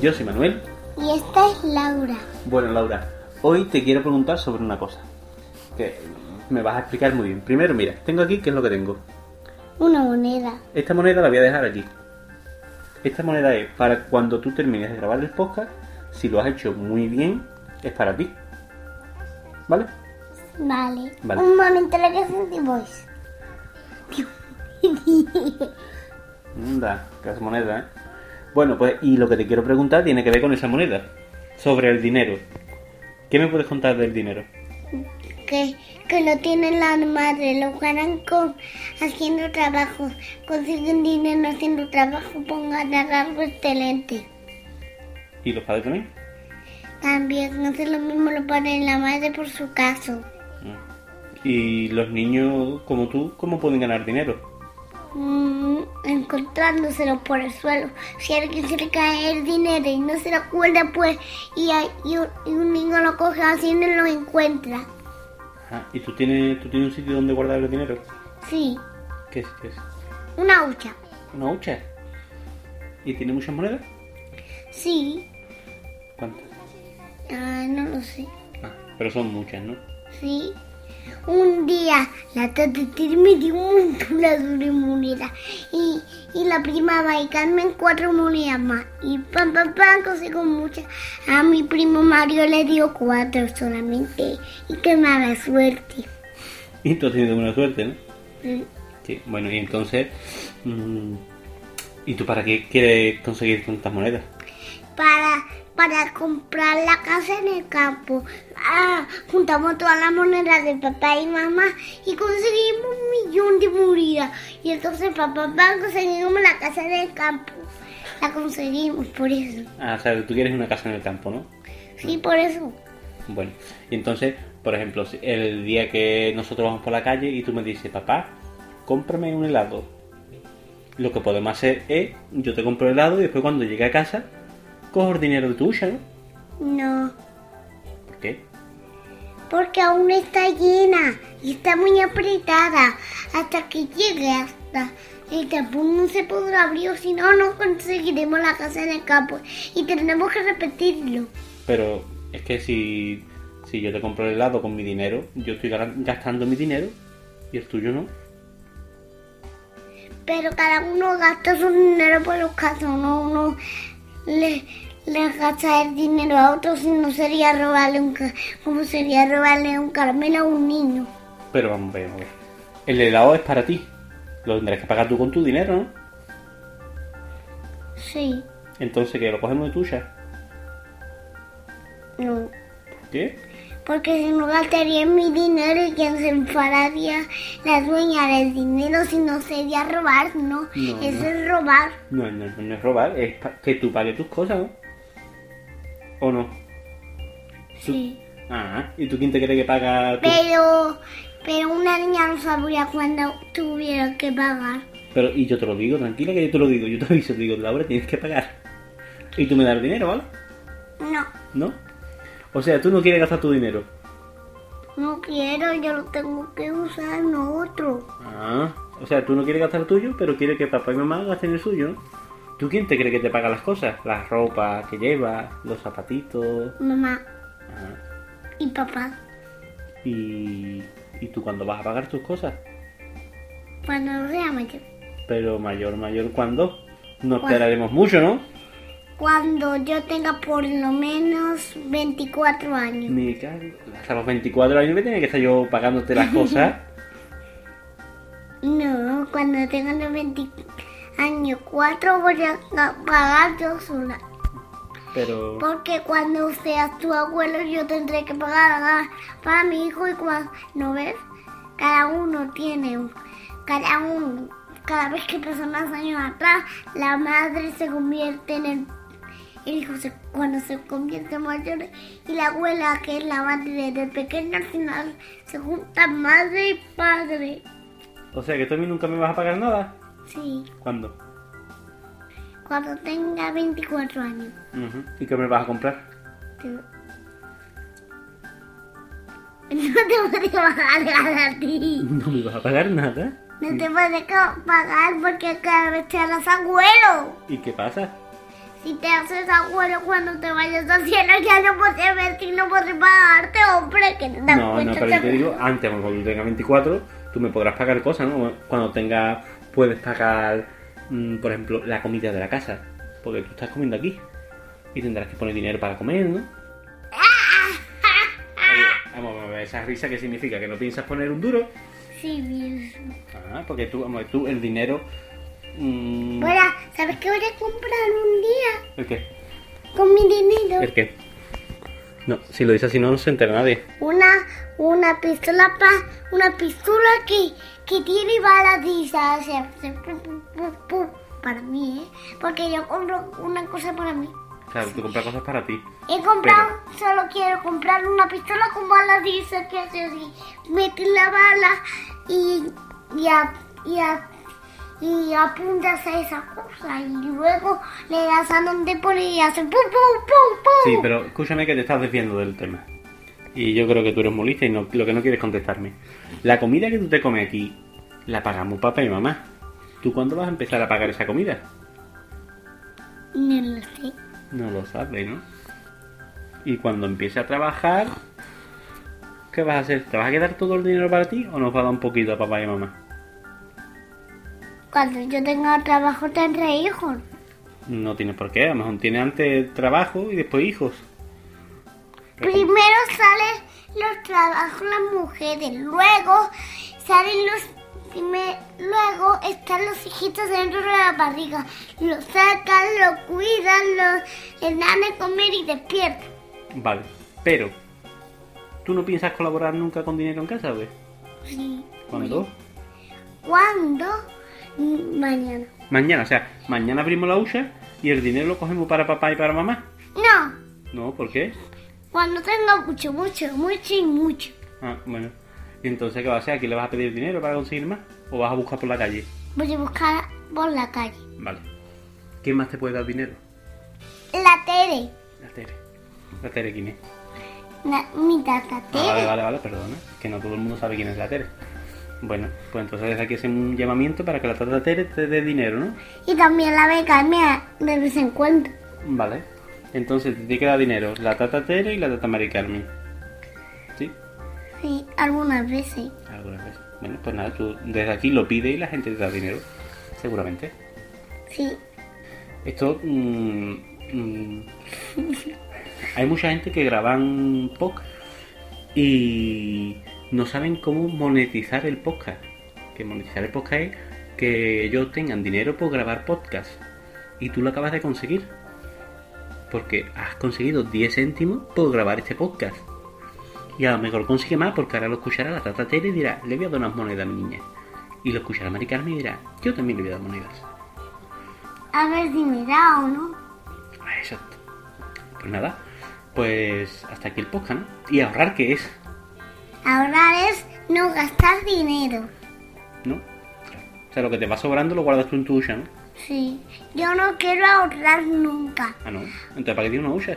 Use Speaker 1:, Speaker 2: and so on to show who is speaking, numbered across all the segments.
Speaker 1: Yo soy Manuel.
Speaker 2: Y esta es Laura.
Speaker 1: Bueno, Laura, hoy te quiero preguntar sobre una cosa. Que me vas a explicar muy bien. Primero, mira, tengo aquí, ¿qué es lo que tengo?
Speaker 2: Una moneda.
Speaker 1: Esta moneda la voy a dejar aquí. Esta moneda es para cuando tú termines de grabar el podcast. Si lo has hecho muy bien, es para ti. ¿Vale?
Speaker 2: Vale.
Speaker 1: Vale.
Speaker 2: Un momento la que sentimos.
Speaker 1: Anda, que es moneda, ¿eh? Bueno, pues, y lo que te quiero preguntar tiene que ver con esa moneda. Sobre el dinero. ¿Qué me puedes contar del dinero?
Speaker 2: que, que no tienen la madre, lo ganan con haciendo trabajo. Consiguen dinero haciendo trabajo, pongan algo excelente.
Speaker 1: ¿Y los padres también?
Speaker 2: También hacen lo mismo, lo ponen la madre por su caso.
Speaker 1: ¿Y los niños como tú, cómo pueden ganar dinero?
Speaker 2: Mm, encontrándoselo por el suelo. Si alguien se le cae el dinero y no se lo acuerda, pues, y, hay- y un, y un niño lo coge así y no lo encuentra.
Speaker 1: Ajá, ¿Y tú tienes, tú tienes un sitio donde guardar el dinero?
Speaker 2: Sí,
Speaker 1: ¿Qué es? ¿Qué es?
Speaker 2: una hucha.
Speaker 1: ¿Una hucha? ¿Y tiene muchas monedas?
Speaker 2: Sí,
Speaker 1: ¿Cuántas?
Speaker 2: ah, no lo sé.
Speaker 1: Ah, pero son muchas, ¿no?
Speaker 2: Sí. Un día la tata Tir me dio un montón de dura moneda. Y, y la prima va y Carmen cuatro monedas más. Y pam, pam, pam, consigo muchas. A mi primo Mario le dio cuatro solamente. Y que mala suerte.
Speaker 1: Y tú has tenido buena suerte, ¿no?
Speaker 2: Mm,
Speaker 1: Sí, bueno, y entonces... mm, ¿Y tú para qué quieres conseguir tantas monedas?
Speaker 2: Para, para comprar la casa en el campo. Ah, juntamos todas las monedas de papá y mamá y conseguimos un millón de monedas. Y entonces papá, papá conseguimos la casa en el campo. La conseguimos por eso.
Speaker 1: Ah, o sea, tú quieres una casa en el campo, ¿no?
Speaker 2: Sí, por eso.
Speaker 1: Bueno, y entonces, por ejemplo, si el día que nosotros vamos por la calle y tú me dices, papá, cómprame un helado. Lo que podemos hacer es, yo te compro el helado y después cuando llegue a casa, cojo el dinero de tu hucha, ¿no?
Speaker 2: No,
Speaker 1: ¿Por qué?
Speaker 2: porque aún está llena y está muy apretada hasta que llegue hasta el campo. No se podrá abrir o si no, no conseguiremos la casa en el campo y tenemos que repetirlo.
Speaker 1: Pero es que si, si yo te compro el helado con mi dinero, yo estoy garan- gastando mi dinero y el tuyo no.
Speaker 2: Pero cada uno gasta su dinero por los casos, no uno le, le gasta el dinero a otro, si no sería robarle un ca- como sería robarle un caramelo a un niño.
Speaker 1: Pero vamos a ver, vamos a ver. El helado es para ti. Lo tendrás que pagar tú con tu dinero, ¿no?
Speaker 2: Sí,
Speaker 1: Entonces, que lo cogemos de tuya.
Speaker 2: no.
Speaker 1: ¿Qué?
Speaker 2: Porque si no gastaría mi dinero y quien se enfadaría la dueña del dinero, si no sería robar, no.
Speaker 1: No,
Speaker 2: Eso
Speaker 1: no.
Speaker 2: es robar.
Speaker 1: No, no, no, no es robar, es pa- que tú pagues tus cosas, ¿no? ¿O no? Tú-
Speaker 2: Sí.
Speaker 1: Ah, ¿y tú quién te cree que paga tú?
Speaker 2: Pero, pero una niña no sabría cuándo tuviera que pagar.
Speaker 1: Pero, y yo te lo digo, tranquila que yo te lo digo, yo te aviso, te digo, Laura, tienes que pagar. Y tú me das el dinero, ¿vale?
Speaker 2: No.
Speaker 1: ¿No? O sea, tú no quieres gastar tu dinero.
Speaker 2: No quiero, yo lo tengo que usar, no otro.
Speaker 1: Ah, o sea, tú no quieres gastar el tuyo, pero quieres que papá y mamá gasten el suyo, ¿no? ¿Tú quién te cree que te paga las cosas? Las ropas que llevas, los zapatitos.
Speaker 2: Mamá
Speaker 1: Ah,
Speaker 2: y papá,
Speaker 1: y, y tú cuando vas a pagar tus cosas.
Speaker 2: cuando sea mayor.
Speaker 1: Pero mayor, mayor, ¿cuándo? No
Speaker 2: ¿Cuándo?
Speaker 1: esperaremos mucho, ¿no?
Speaker 2: Cuando yo tenga por lo menos 24 años.
Speaker 1: Me cago. Hasta los 24 años me tiene que estar yo pagándote las cosas.
Speaker 2: No, cuando tenga los 20 años, 4 voy a ga- pagar yo sola.
Speaker 1: pero.
Speaker 2: Porque cuando seas tu abuelo, yo tendré que pagar a- para mi hijo y cuando, ¿no ves? Cada uno tiene, un- cada uno, cada vez que pasan más años atrás, la madre se convierte en el, el hijo se- cuando se convierte en mayor y la abuela, que es la madre desde pequeña, al final se juntan madre y padre.
Speaker 1: O sea que tú a mí nunca me vas a pagar nada.
Speaker 2: Sí,
Speaker 1: ¿Cuándo?
Speaker 2: cuando tenga 24 años.
Speaker 1: Ujú. ¿Y qué me vas a comprar?
Speaker 2: Te- No te voy a pagar a ti.
Speaker 1: No me vas a pagar nada.
Speaker 2: No te voy a pagar porque cada vez te harás abuelo.
Speaker 1: ¿Y qué pasa?
Speaker 2: Si te haces abuelo cuando te vayas al cielo, ya no podré verte y no podré pagarte, hombre, que te das
Speaker 1: No, no,
Speaker 2: cuenta
Speaker 1: pero yo
Speaker 2: que-
Speaker 1: te digo, antes, cuando tú tengas 24, tú me podrás pagar cosas, ¿no? Cuando tengas, puedes pagar, mm, por ejemplo, la comida de la casa, porque tú estás comiendo aquí y tendrás que poner dinero para comer, ¿no? Oye, Vamos a ver, esa risa que significa que no piensas poner un duro.
Speaker 2: Sí, bien.
Speaker 1: Ah, porque tú, vamos, a ver, tú el dinero... mm,
Speaker 2: Hola, ¿sabes qué voy a comprar un día
Speaker 1: ¿El qué?
Speaker 2: con mi dinero?
Speaker 1: ¿El qué? No, si lo dices así no, no se entera nadie.
Speaker 2: Una, una pistola pa, una pistola que, que tiene balas y se hace- hace pu- pu- pu- pu- para mí, ¿eh? Porque yo compro una cosa para mí.
Speaker 1: Claro, tú compras cosas para ti.
Speaker 2: He comprado, solo quiero comprar una pistola con balas y se que hace así. Mete la bala y, y, a- y, a- y apuntas a esa cosa y luego le das a donde pone y hace pum pum pum pum.
Speaker 1: Sí, pero escúchame que te estás desviando del tema. Y yo creo que tú eres muy lista y no- lo que no quieres contestarme. La comida que tú te comes aquí, la pagamos papá y mamá. ¿Tú cuándo vas a empezar a pagar esa comida?
Speaker 2: No lo sé.
Speaker 1: No lo sabes, ¿no? Y cuando empiece a trabajar, ¿qué vas a hacer? ¿Te vas a quedar todo el dinero para ti o nos va a dar un poquito a papá y mamá?
Speaker 2: Cuando yo tenga trabajo tendré hijos.
Speaker 1: No tienes por qué, a lo mejor tiene antes trabajo y después hijos. Pero como-
Speaker 2: Primero salen los trabajos las mujeres, luego salen los prime- luego están los hijitos dentro de la barriga, los sacan, los cuidan, los les dan de comer y despiertan.
Speaker 1: Vale, pero ¿tú no piensas colaborar nunca con dinero en casa, güey?
Speaker 2: Sí.
Speaker 1: ¿Cuándo?
Speaker 2: ¿Cuándo? Mm, Mañana.
Speaker 1: Mañana, o sea, mañana abrimos la hucha y el dinero lo cogemos para papá y para mamá.
Speaker 2: No,
Speaker 1: No, ¿por qué?
Speaker 2: cuando tenga mucho, mucho, mucho y mucho.
Speaker 1: Ah, bueno. ¿Y entonces qué vas a hacer? ¿Aquí le vas a pedir dinero para conseguir más? ¿O vas a buscar por la calle?
Speaker 2: Voy a buscar por la calle.
Speaker 1: Vale. ¿Quién más te puede dar dinero?
Speaker 2: La Tere,
Speaker 1: La Tere. ¿La Tere quién es?
Speaker 2: la- mi tata
Speaker 1: Ah, vale,
Speaker 2: Tere.
Speaker 1: vale, vale, perdona. Que no todo el mundo sabe quién es la Tere. Bueno, pues entonces desde aquí hacemos un llamamiento para que la tata Tere te dé dinero, ¿no?
Speaker 2: Y también la beca mía de vez en cuando.
Speaker 1: Vale. Entonces te queda dinero la tata Tere y la tata Mari Carmen. ¿Sí?
Speaker 2: Sí, algunas veces.
Speaker 1: Algunas veces. Ah, Bueno, pues nada, tú desde aquí lo pide y la gente te da dinero. Seguramente.
Speaker 2: Sí.
Speaker 1: Esto... mm, mm, hay mucha gente que graban podcast y no saben cómo monetizar el podcast. Que monetizar el podcast es que ellos tengan dinero por grabar podcast. Y tú lo acabas de conseguir. Porque has conseguido 10 céntimos por grabar este podcast. Y a lo mejor consigue más porque ahora lo escuchará la tata Tere y dirá, le voy a dar unas monedas a mi niña. Y lo escuchará Mari Carmen y dirá, yo también le voy a dar monedas.
Speaker 2: A ver si me da o no.
Speaker 1: Ah, Exacto. Pues nada, pues hasta aquí el podcast, ¿no? Y ahorrar que es,
Speaker 2: Ahorrar es no gastar dinero.
Speaker 1: ¿no? O sea, lo que te va sobrando lo guardas tú en tu hucha, ¿no?
Speaker 2: Sí. Yo no quiero ahorrar nunca.
Speaker 1: Ah, no. Entonces, ¿para qué tiene una hucha?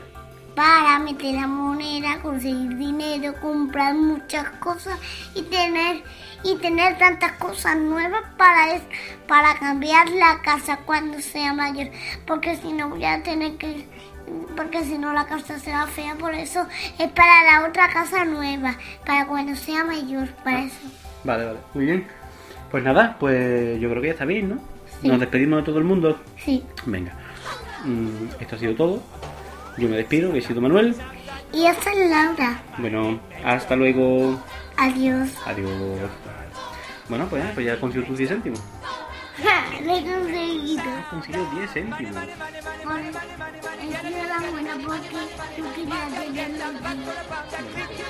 Speaker 2: Para meter la moneda, conseguir dinero, comprar muchas cosas y tener y tener tantas cosas nuevas para es, para cambiar la casa cuando sea mayor. Porque si no voy a tener que porque si no la casa será fea, por eso es para la otra casa nueva, para cuando sea mayor, para eso.
Speaker 1: Vale, vale. Muy bien. Pues nada, pues yo creo que ya está bien, ¿no?
Speaker 2: Sí.
Speaker 1: Nos despedimos de todo el mundo.
Speaker 2: Sí.
Speaker 1: Venga. Mm, esto ha sido todo. Yo me despido, que he sido Manuel.
Speaker 2: Y esta es Laura.
Speaker 1: Bueno, hasta luego.
Speaker 2: Adiós.
Speaker 1: Adiós. Bueno, pues, ya, pues ya consiguió tus 10 céntimos.
Speaker 2: Ja, le he conseguido.
Speaker 1: Has conseguido 10 céntimos.
Speaker 2: Bueno, he sido la buena porque yo quería tener los diez.
Speaker 1: Bueno,